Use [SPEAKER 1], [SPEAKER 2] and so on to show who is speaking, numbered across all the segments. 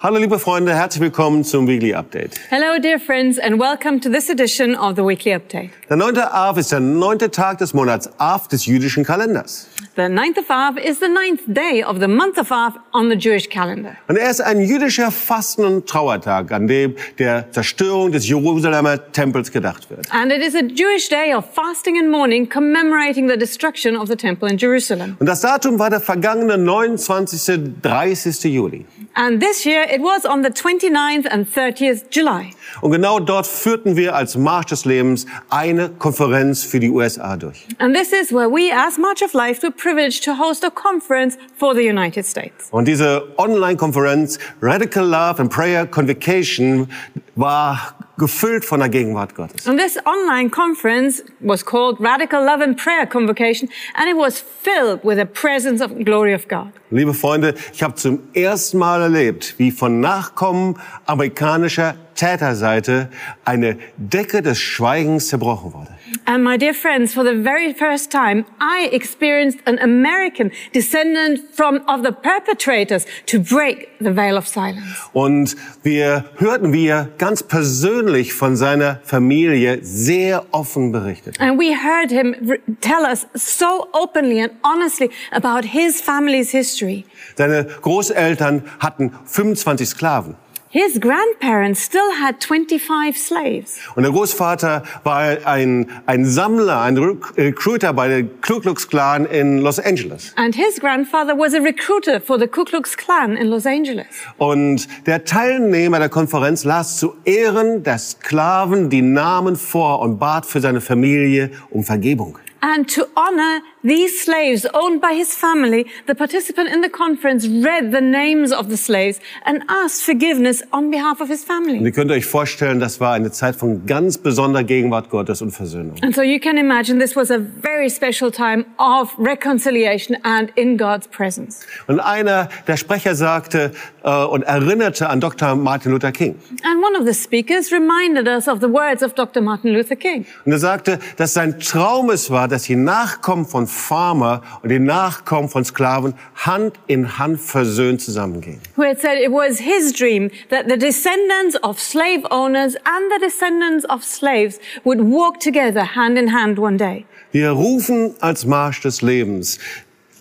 [SPEAKER 1] Hallo liebe Freunde, herzlich willkommen zum Weekly Update.
[SPEAKER 2] Hello, dear friends, and welcome to this edition of the Weekly Update.
[SPEAKER 1] Der 9. Av ist der neunte Tag des Monats Av des jüdischen Kalenders.
[SPEAKER 2] The ninth of Av is the ninth day of the month of Av on the Jewish calendar.
[SPEAKER 1] Und er ist ein jüdischer Fasten- und Trauertag, an dem der Zerstörung des Jerusalemer Tempels gedacht wird.
[SPEAKER 2] And it is a Jewish day of fasting and mourning commemorating the destruction of the temple in Jerusalem.
[SPEAKER 1] Und das Datum war der vergangene 29. 30. Juli.
[SPEAKER 2] And this year it was on the 29th and 30th July.
[SPEAKER 1] Und genau dort führten wir als Marsch des Lebens eine Konferenz für die USA durch.
[SPEAKER 2] And this is where we, as March of Life, were privileged to host a conference for the United States.
[SPEAKER 1] Und diese Online-Konferenz Radical Love and Prayer Convocation war gefüllt von der Gegenwart Gottes.
[SPEAKER 2] And this online conference was called Radical Love and Prayer Convocation, and it was filled with the presence of glory of God.
[SPEAKER 1] Liebe Freunde, ich habe zum ersten Mal erlebt, wie von Nachkommen amerikanischer Täterseite eine Decke des Schweigens zerbrochen wurde.
[SPEAKER 2] And my dear friends, for the very first time, I experienced an American descendant from of the perpetrators to break the veil of silence.
[SPEAKER 1] Und wir hörten, wie er ganz persönlich von seiner Familie sehr offen berichtet.
[SPEAKER 2] And we heard him r- tell us so openly and honestly about his family's history.
[SPEAKER 1] Seine Großeltern hatten 25 Sklaven.
[SPEAKER 2] His grandparents still had 25 slaves.
[SPEAKER 1] Und der Großvater war ein, ein Sammler, ein Rec- Recruiter bei den Ku Klux Klan in Los Angeles.
[SPEAKER 2] And his grandfather was a recruiter for the Ku Klux Klan in Los Angeles.
[SPEAKER 1] Und der Teilnehmer der Konferenz las zu Ehren der Sklaven die Namen vor und bat für seine Familie um Vergebung.
[SPEAKER 2] And to honor these slaves owned by his family, the participant in the conference read the names of the slaves and asked forgiveness on behalf of his
[SPEAKER 1] Und
[SPEAKER 2] family.
[SPEAKER 1] ihr könnt euch vorstellen, das war eine Zeit von ganz besonderer Gegenwart Gottes und Versöhnung.
[SPEAKER 2] And so you can imagine this was a very special time of reconciliation and in God's presence.
[SPEAKER 1] Und einer der Sprecher sagte äh, und erinnerte an Dr. Martin Luther King.
[SPEAKER 2] And one of the speakers reminded us of the words of Dr. Martin Luther King.
[SPEAKER 1] Und er sagte, dass sein Traum es war, dass die Nachkommen von Farmer und die Nachkommen von Sklaven Hand in Hand versöhnt zusammengehen.
[SPEAKER 2] who had said it was his dream that the descendants of slave owners and the descendants of slaves would walk together hand in hand one day.
[SPEAKER 1] Wir rufen als Marsch des Lebens,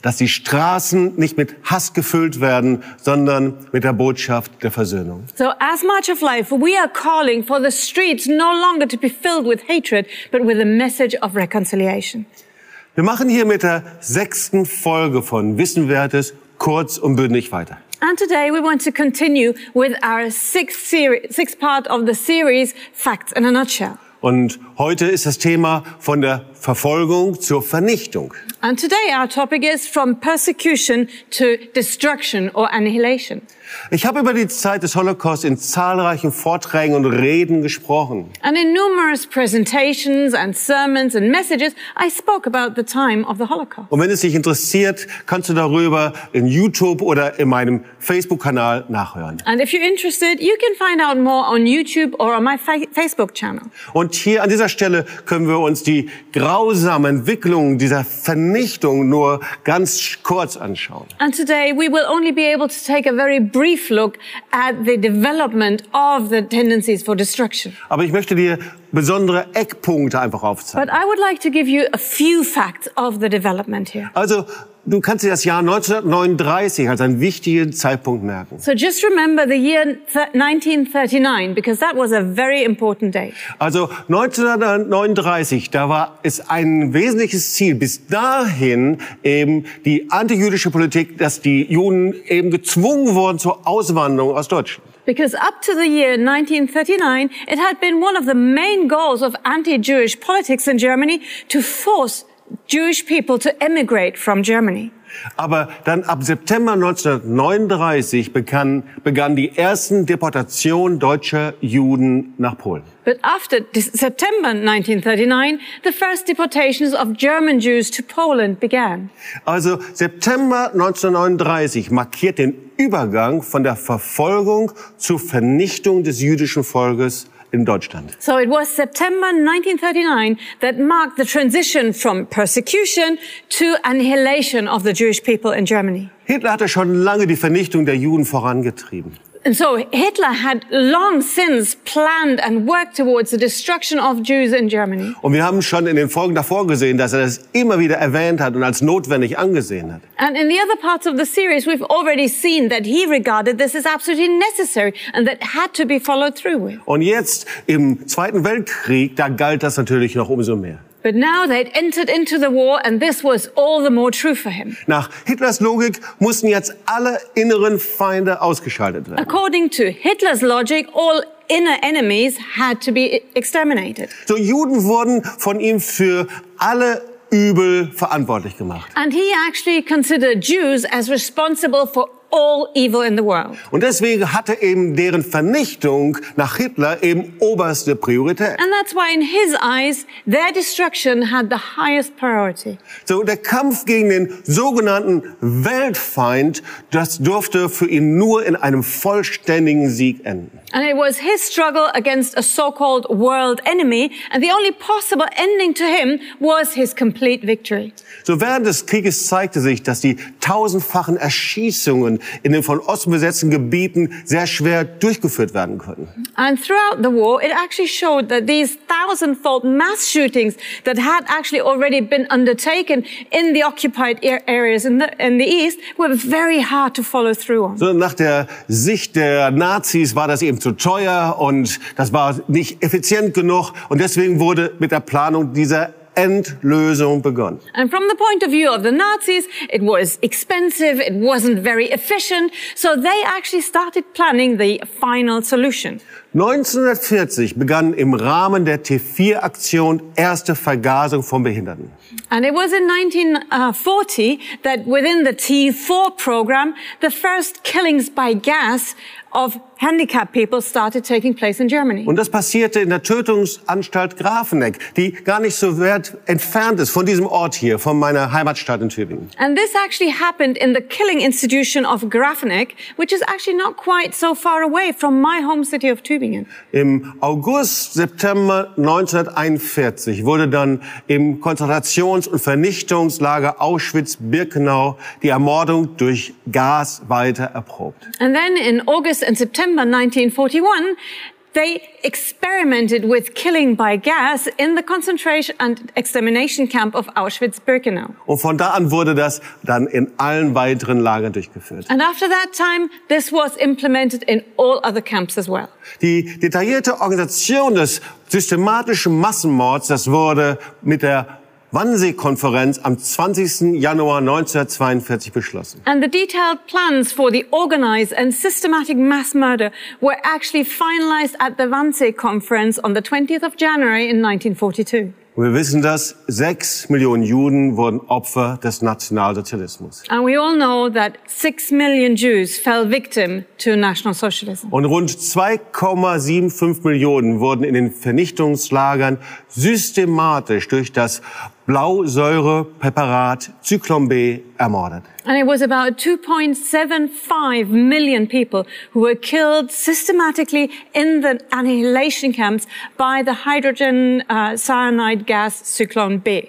[SPEAKER 1] dass die Straßen nicht mit Hass gefüllt werden, sondern mit der Botschaft der Versöhnung.
[SPEAKER 2] So as much of life, we are calling for the streets no longer to be filled with hatred, but with a message of reconciliation.
[SPEAKER 1] Wir machen hier mit der sechsten Folge von Wissenwertes kurz und bündig weiter.
[SPEAKER 2] And today we want to continue with our sixth, seri- sixth part of the series, Facts in a Nutshell.
[SPEAKER 1] Und heute ist das Thema von der Verfolgung zur Vernichtung.
[SPEAKER 2] And today our topic is from persecution to destruction or annihilation.
[SPEAKER 1] Ich habe über die Zeit des Holocaust in zahlreichen Vorträgen und Reden gesprochen.
[SPEAKER 2] And in numerous presentations and sermons and messages, I spoke about the time of the Holocaust.
[SPEAKER 1] Und wenn es dich interessiert, kannst du darüber in YouTube oder in meinem Facebook-Kanal nachhören.
[SPEAKER 2] And if you're interested, you can find out more on YouTube or on my fa- Facebook channel.
[SPEAKER 1] Und hier an dieser Stelle können wir uns die grausame Entwicklung dieser Vernichtung nur ganz kurz anschauen.
[SPEAKER 2] And today we will only be able to take a very brief look at the development of the tendencies for destruction.
[SPEAKER 1] Aber ich möchte dir besondere Eckpunkte einfach aufzeigen.
[SPEAKER 2] But I would like to give you a few facts of the development here.
[SPEAKER 1] Also, du kannst dir das Jahr 1939 als einen wichtigen Zeitpunkt merken.
[SPEAKER 2] So just remember the year th- 1939, because that was a very important date.
[SPEAKER 1] Also 1939, da war es ein wesentliches Ziel bis dahin eben die antijüdische Politik, dass die Juden eben gezwungen wurden zur Auswanderung aus Deutschland.
[SPEAKER 2] Because up to the year 1939, it had been one of the main goals of anti-Jewish politics in Germany to force Jewish people to emigrate from Germany.
[SPEAKER 1] Aber dann ab September 1939 begann, begannen die ersten Deportationen deutscher Juden nach Polen.
[SPEAKER 2] But after dis- September 1939, the first deportations of German Jews to Poland began.
[SPEAKER 1] Also September 1939 markiert den Übergang von der Verfolgung zur Vernichtung des jüdischen Volkes in Deutschland.
[SPEAKER 2] So it was September 1939 that marked the transition from persecution to annihilation of the Jewish people in Germany.
[SPEAKER 1] Hitler hatte schon lange die Vernichtung der Juden vorangetrieben.
[SPEAKER 2] And so Hitler had long since planned and worked towards the destruction of Jews in Germany.
[SPEAKER 1] Und wir haben schon in den Folgen davor gesehen, dass er das immer wieder erwähnt hat und als notwendig angesehen hat.
[SPEAKER 2] And in the other parts of the series, we've already seen that he regarded this as absolutely necessary and that had to be followed through with.
[SPEAKER 1] Und jetzt im Zweiten Weltkrieg, da galt das natürlich noch umso mehr.
[SPEAKER 2] But now they'd entered into the war, and this was all the more true for him.
[SPEAKER 1] Nach Hitlers Logik mussten jetzt alle inneren Feinde ausgeschaltet werden.
[SPEAKER 2] According to Hitler's logic, all inner enemies had to be e-, exterminated.
[SPEAKER 1] So Juden wurden von ihm für alle Übel verantwortlich gemacht.
[SPEAKER 2] And he actually considered Jews as responsible for all evil in the world.
[SPEAKER 1] Und deswegen hatte eben deren Vernichtung nach Hitler eben oberste Priorität.
[SPEAKER 2] And that's why, in his eyes, their destruction had the highest priority.
[SPEAKER 1] So der Kampf gegen den sogenannten Weltfeind, das durfte für ihn nur in einem vollständigen Sieg enden.
[SPEAKER 2] And it was his struggle against a so-called world enemy, and the only possible ending to him was his complete victory.
[SPEAKER 1] So während des Krieges zeigte sich, dass die tausendfachen Erschießungen in den von Osten besetzten Gebieten sehr schwer durchgeführt werden konnten.
[SPEAKER 2] And throughout the war, it actually showed that these thousand-fold mass shootings that had actually already been undertaken in the occupied a- areas in the, in the East were very hard to follow through on.
[SPEAKER 1] So nach der Sicht der Nazis war das eben zu teuer und das war nicht effizient genug und deswegen wurde mit der Planung dieser Endlösung begonnen.
[SPEAKER 2] And from the point of view of the Nazis, it was expensive, it wasn't very efficient, so they actually started planning the final solution.
[SPEAKER 1] 1940 begann im Rahmen der T4-Aktion erste Vergasung von Behinderten.
[SPEAKER 2] And it was in 1940 that within the T4 program, the first killings by gas of handicapped people started taking place in Germany.
[SPEAKER 1] Und das passierte in der Tötungsanstalt Grafenegg, die gar nicht so weit entfernt ist von diesem Ort hier, von meiner Heimatstadt in Tübingen.
[SPEAKER 2] And this actually happened in the killing institution of Grafenegg, which is actually not quite so far away from my home city of Tübingen.
[SPEAKER 1] Im August, September 1941 wurde dann im Konzentrations- und Vernichtungslager Auschwitz-Birkenau die Ermordung durch Gas weiter erprobt.
[SPEAKER 2] And then in August and September 1941, they experimented with killing by gas in the concentration and extermination camp of Auschwitz-Birkenau.
[SPEAKER 1] Und von da an wurde das dann in allen weiteren Lagern durchgeführt.
[SPEAKER 2] And after that time, this was implemented in all other camps as well.
[SPEAKER 1] Die detaillierte Organisation des systematischen Massenmords, das wurde mit der Wannsee-Konferenz am 20. Januar 1942 beschlossen.
[SPEAKER 2] And the detailed plans for the organized and systematic mass murder were actually finalized at the Wannsee Conference on the 20th of January in 1942.
[SPEAKER 1] Und wir wissen das, sechs Millionen Juden wurden Opfer des Nationalsozialismus.
[SPEAKER 2] And we all know that six million Jews fell victim to National Socialism.
[SPEAKER 1] Und rund 2,75 Millionen wurden in den Vernichtungslagern systematisch durch das Blausäurepräparat Zyklon B ermordet.
[SPEAKER 2] And it was about 2.75 million people who were killed systematically in the annihilation camps by the hydrogen uh, cyanide gas Cyclone B.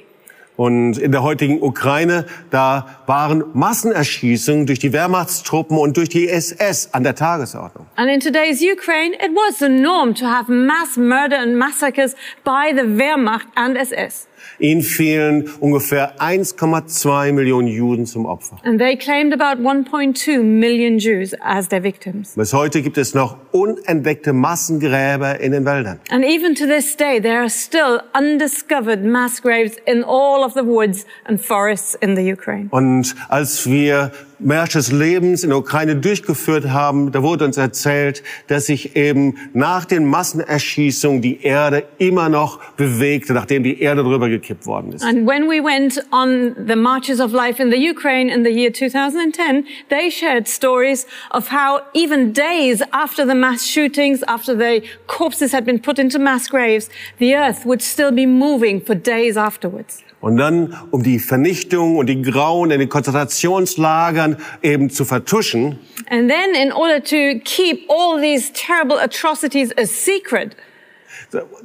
[SPEAKER 1] Und in der heutigen Ukraine, da waren Massenerschießungen durch die Wehrmachtstruppen und durch die SS an der Tagesordnung.
[SPEAKER 2] And in today's Ukraine, it was the norm to have mass murder and massacres by the Wehrmacht and SS.
[SPEAKER 1] Ihnen fielen ungefähr 1,2 Millionen Juden zum Opfer.
[SPEAKER 2] And they claimed about 1.2 million Jews as their victims.
[SPEAKER 1] Bis heute gibt es noch unentdeckte Massengräber in den Wäldern.
[SPEAKER 2] And even to this day, there are still undiscovered mass graves in all of the woods and forests in the Ukraine.
[SPEAKER 1] Und als wir Märsch des Lebens in der Ukraine durchgeführt haben, da wurde uns erzählt, dass sich eben nach den Massenerschießungen die Erde immer noch bewegte, nachdem die Erde drüber gekippt worden ist.
[SPEAKER 2] And when we went on the Marches of Life in the Ukraine in the year 2010, they shared stories of how even days after the mass shootings, after the corpses had been put into mass graves, the earth would still be moving for days afterwards.
[SPEAKER 1] Und dann, um die Vernichtung und die Grauen in den Konzentrationslagern eben zu vertuschen,
[SPEAKER 2] And then in order to keep all these terrible atrocities a secret,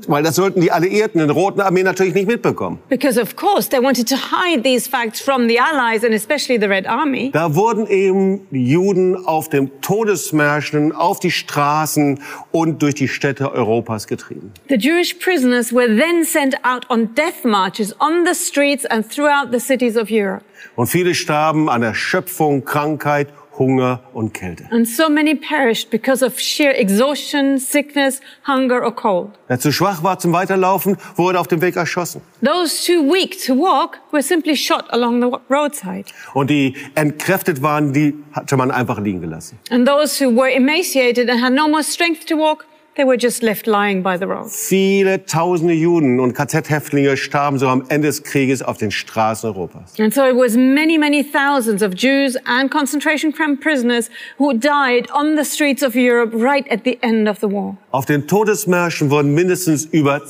[SPEAKER 1] Weil das sollten die Alliierten in der Roten Armee natürlich nicht mitbekommen.
[SPEAKER 2] Because, of course, they wanted to hide these facts from the Allies and especially the Red Army.
[SPEAKER 1] Da wurden eben die Juden auf den Todesmärschen, auf die Straßen und durch die Städte Europas getrieben.
[SPEAKER 2] The Jewish prisoners were then sent out on death marches on the streets and throughout the cities of Europe.
[SPEAKER 1] Und viele starben an Erschöpfung, Krankheit, Hunger und Kälte.
[SPEAKER 2] And so many perished because of sheer exhaustion, sickness, hunger, or cold.
[SPEAKER 1] Wer zu schwach war zum Weiterlaufen, wurde auf dem Weg erschossen.
[SPEAKER 2] Those too weak to walk were simply shot along the wa- roadside.
[SPEAKER 1] Und die entkräftet waren, die hatte man einfach liegen gelassen.
[SPEAKER 2] And those who were emaciated and had no more strength to walk, they were just left lying by the road.
[SPEAKER 1] Viele tausende Juden und KZ-Häftlinge starben so am Ende des Krieges auf den Straßen Europas.
[SPEAKER 2] And so it was many, many thousands of Jews and concentration camp prisoners who died on the streets of Europe right at the end of the war.
[SPEAKER 1] Auf den Todesmärschen wurden mindestens über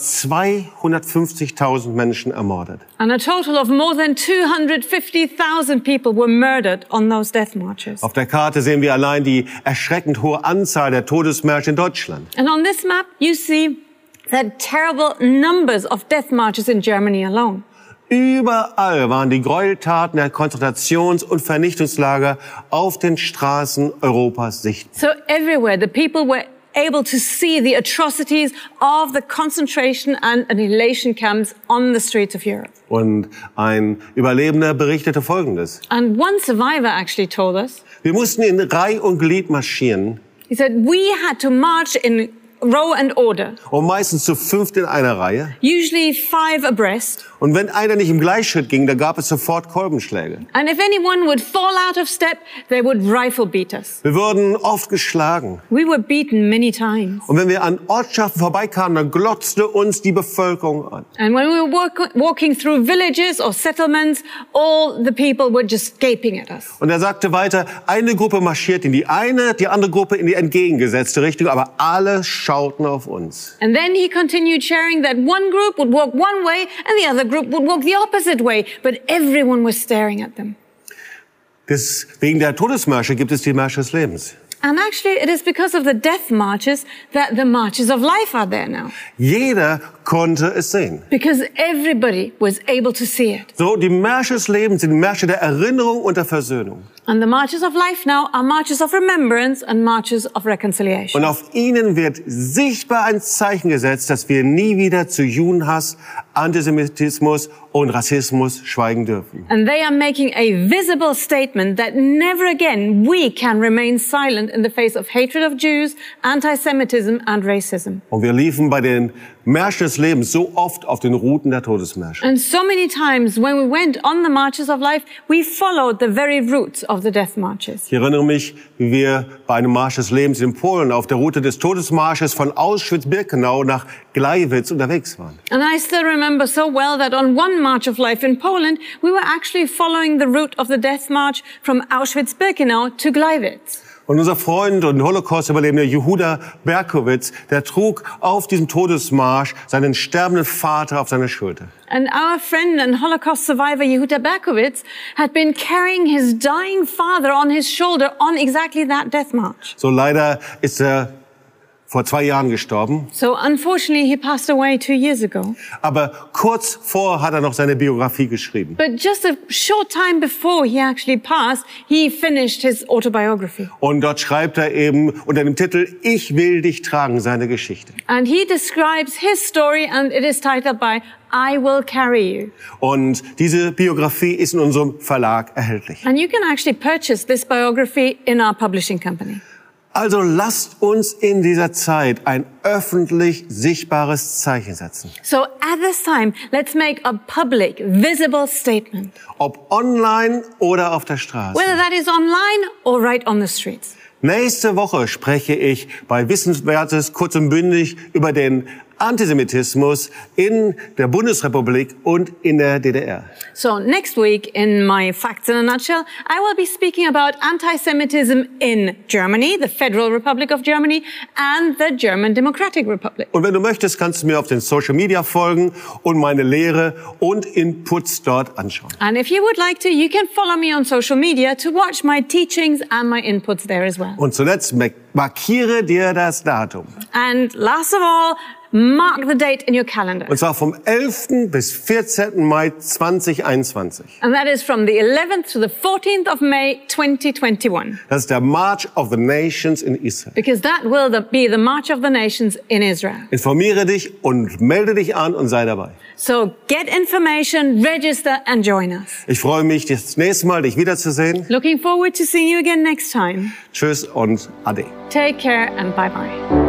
[SPEAKER 1] 250.000 Menschen ermordet.
[SPEAKER 2] And a total of more than 250,000 people were murdered on those death marches.
[SPEAKER 1] Auf der Karte sehen wir allein die erschreckend hohe Anzahl der Todesmärsche in Deutschland.
[SPEAKER 2] And on this map, you see the terrible numbers of death marches in Germany alone.
[SPEAKER 1] Überall waren die Gräueltaten der Konzentrations- und Vernichtungslager auf den Straßen Europas sichtbar.
[SPEAKER 2] So everywhere, the people were able to see the atrocities of the concentration and annihilation camps on the streets of Europe.
[SPEAKER 1] Und ein Überlebender berichtete Folgendes.
[SPEAKER 2] And one survivor actually told us,
[SPEAKER 1] Wir mussten in Reih und Glied marschieren
[SPEAKER 2] he said, we had to march in row and order,
[SPEAKER 1] und um meistens zu fünft in einer Reihe.
[SPEAKER 2] usually five abreast.
[SPEAKER 1] Und wenn einer nicht im Gleichschritt ging, dann gab es sofort Kolbenschläge.
[SPEAKER 2] And if anyone would fall out of step, they would rifle beat us.
[SPEAKER 1] Wir wurden oft geschlagen.
[SPEAKER 2] We were beaten many times.
[SPEAKER 1] Und wenn wir an Ortschaften vorbeikamen, dann glotzte uns die Bevölkerung an.
[SPEAKER 2] And when we were walk- walking through villages or settlements, all the people were just gaping at us.
[SPEAKER 1] Und er sagte weiter, eine Gruppe marschiert in die eine, die andere Gruppe in die entgegengesetzte Richtung, aber alle schauten auf uns.
[SPEAKER 2] And then he continued sharing that one group would walk one way and the other group would walk the opposite way, but everyone was staring at them.
[SPEAKER 1] Des, wegen der Todesmärsche gibt es die Märsche des Lebens.
[SPEAKER 2] And actually, it is because of the death marches that the marches of life are there now.
[SPEAKER 1] Jeder konnte es sehen.
[SPEAKER 2] Because everybody was able to see it.
[SPEAKER 1] So, die Märsche des Lebens sind die Märsche der Erinnerung und der Versöhnung.
[SPEAKER 2] And the marches of life now are marches of remembrance and marches of reconciliation.
[SPEAKER 1] Und auf ihnen wird sichtbar ein Zeichen gesetzt, dass wir nie wieder zu Judenhass, Antisemitismus und Rassismus schweigen dürfen.
[SPEAKER 2] And they are making a visible statement that never again we can remain silent in the face of hatred of Jews, anti-Semitism and racism.
[SPEAKER 1] Und wir liefen bei den Märschen des Lebens so oft auf den Routen der Todesmärsche.
[SPEAKER 2] And so many times when we went on the marches of life, we followed the very roots of the death marches.
[SPEAKER 1] Ich erinnere mich, wie wir bei einem Marsch des Lebens in Polen auf der Route des Todesmarsches von Auschwitz-Birkenau nach Gleiwitz unterwegs waren.
[SPEAKER 2] And I still remember so well that on one march of life in Poland, we were actually following the route of the death march from Auschwitz-Birkenau to Gleiwitz.
[SPEAKER 1] Und unser Freund und Holocaust-Überlebender Jehuda Berkowitz, der trug auf diesem Todesmarsch seinen sterbenden Vater auf seiner Schulter.
[SPEAKER 2] And our friend and Holocaust survivor Yehuda Berkowitz had been carrying his dying father on his shoulder on exactly that death march.
[SPEAKER 1] So leider ist er vor zwei Jahren gestorben.
[SPEAKER 2] So unfortunately, he passed away two years ago.
[SPEAKER 1] Aber kurz vor hat er noch seine Biografie geschrieben.
[SPEAKER 2] But just a short time before he actually passed, he finished his autobiography.
[SPEAKER 1] Und dort schreibt er eben unter dem Titel Ich will dich tragen, seine Geschichte.
[SPEAKER 2] And he describes his story and it is titled by I Will Carry You.
[SPEAKER 1] Und diese Biografie ist in unserem Verlag erhältlich.
[SPEAKER 2] And you can actually purchase this biography in our publishing company.
[SPEAKER 1] Also lasst uns in dieser Zeit ein öffentlich sichtbares Zeichen setzen.
[SPEAKER 2] So at this time, let's make a public, visible statement.
[SPEAKER 1] Ob online oder auf der Straße.
[SPEAKER 2] whether that is online or right on the streets.
[SPEAKER 1] Nächste Woche spreche ich bei Wissenswertes kurz und bündig über den Antisemitismus in der Bundesrepublik und in der DDR.
[SPEAKER 2] So next week in my Facts in a Nutshell, I will be speaking about anti-Semitism in Germany, the Federal Republic of Germany, and the German Democratic Republic.
[SPEAKER 1] Und wenn du möchtest, kannst du mir auf den Social Media folgen und meine Lehre und Inputs dort anschauen.
[SPEAKER 2] And if you would like to, you can follow me on social media to watch my teachings and my inputs there as well.
[SPEAKER 1] Und zuletzt mark- markiere dir das Datum.
[SPEAKER 2] And last of all, Mark the date in your calendar.
[SPEAKER 1] Und zwar vom 11. bis 14. Mai 2021.
[SPEAKER 2] And that is from the 11th to the 14th of May 2021,
[SPEAKER 1] Das ist der March of the Nations in Israel.
[SPEAKER 2] because that will the- be the March of the Nations in Israel.
[SPEAKER 1] Informiere dich und melde dich an und sei dabei.
[SPEAKER 2] So get information, register, and join us.
[SPEAKER 1] Ich freue mich, das nächste Mal dich wiederzusehen.
[SPEAKER 2] Looking forward to seeing you again next time.
[SPEAKER 1] Tschüss und Ade.
[SPEAKER 2] Take care and bye bye.